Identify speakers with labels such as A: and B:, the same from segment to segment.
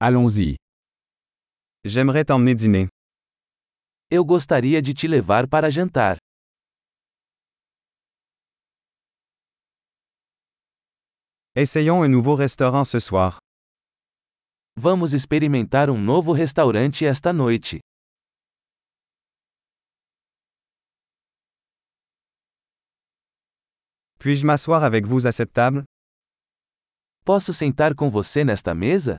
A: Allons-y. J'aimerais t'emmener dîner.
B: Eu gostaria de te levar para jantar.
A: Essayons un nouveau restaurant ce soir.
B: Vamos experimentar um novo restaurante esta noite.
A: Puis-je m'asseoir avec vous à cette table?
B: Posso sentar com você nesta mesa?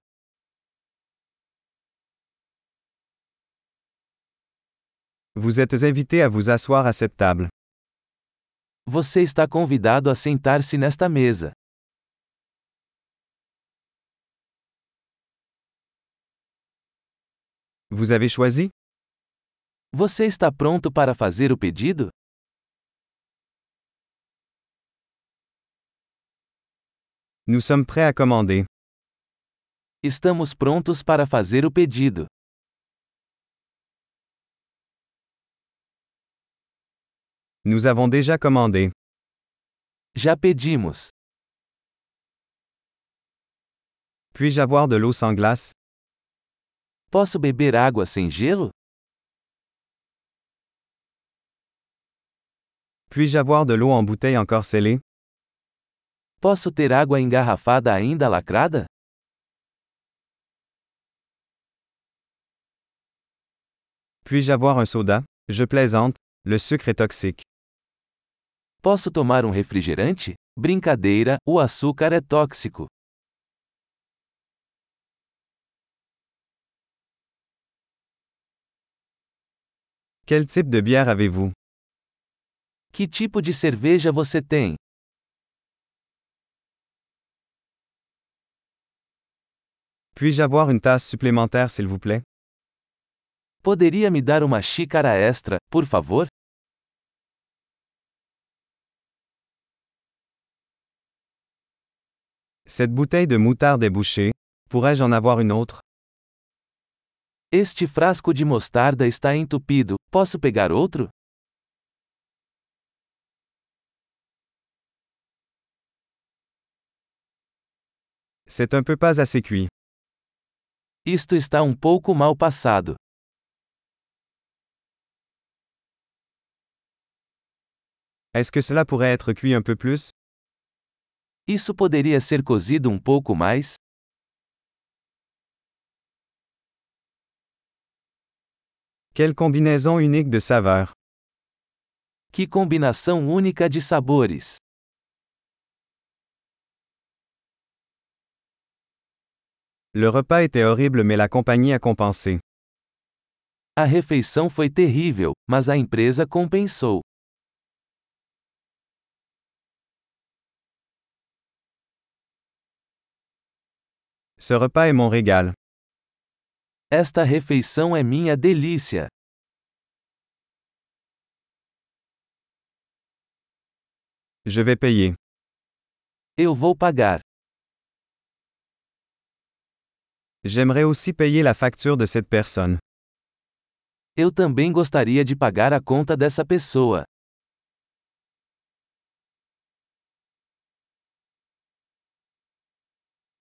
A: Vous êtes invité à vous asseoir à cette table.
B: Você está convidado a sentar-se nesta mesa.
A: Vous avez choisi?
B: Você está pronto para fazer o pedido?
A: Nous sommes prêts à commander.
B: Estamos prontos para fazer o pedido.
A: Nous avons déjà commandé.
B: Já pedimos.
A: Puis-je avoir de l'eau sans glace?
B: Posso beber água sem gelo?
A: Puis-je avoir de l'eau en bouteille encore scellée?
B: Posso ter água engarrafada ainda lacrada?
A: Puis-je avoir un soda? Je plaisante, le sucre est toxique.
B: Posso tomar um refrigerante? Brincadeira, o açúcar é tóxico.
A: Quel type de bière avez-vous?
B: Que tipo de cerveja você tem?
A: Puis-je avoir une tasse supplémentaire s'il vous plaît?
B: Poderia me dar uma xícara extra, por favor?
A: Cette bouteille de moutarde est bouchée. Pourrais-je en avoir une autre?
B: Este frasco de mostarda está entupido. Posso pegar outro?
A: C'est un peu pas assez cuit.
B: Isto está um pouco mal passado.
A: Est-ce que cela pourrait être cuit un peu plus?
B: Isso poderia ser cozido um pouco mais?
A: Quelle combinaison unique de saveurs.
B: Que combinação única de sabores!
A: Le repas était horrible mais la compagnie a compensé.
B: A refeição foi terrível, mas a empresa compensou.
A: Ce repas est mon régal.
B: Esta refeição é minha delícia.
A: Je vais payer.
B: Eu vou pagar.
A: J'aimerais aussi payer la facture de cette personne.
B: Eu também gostaria de pagar a conta dessa pessoa.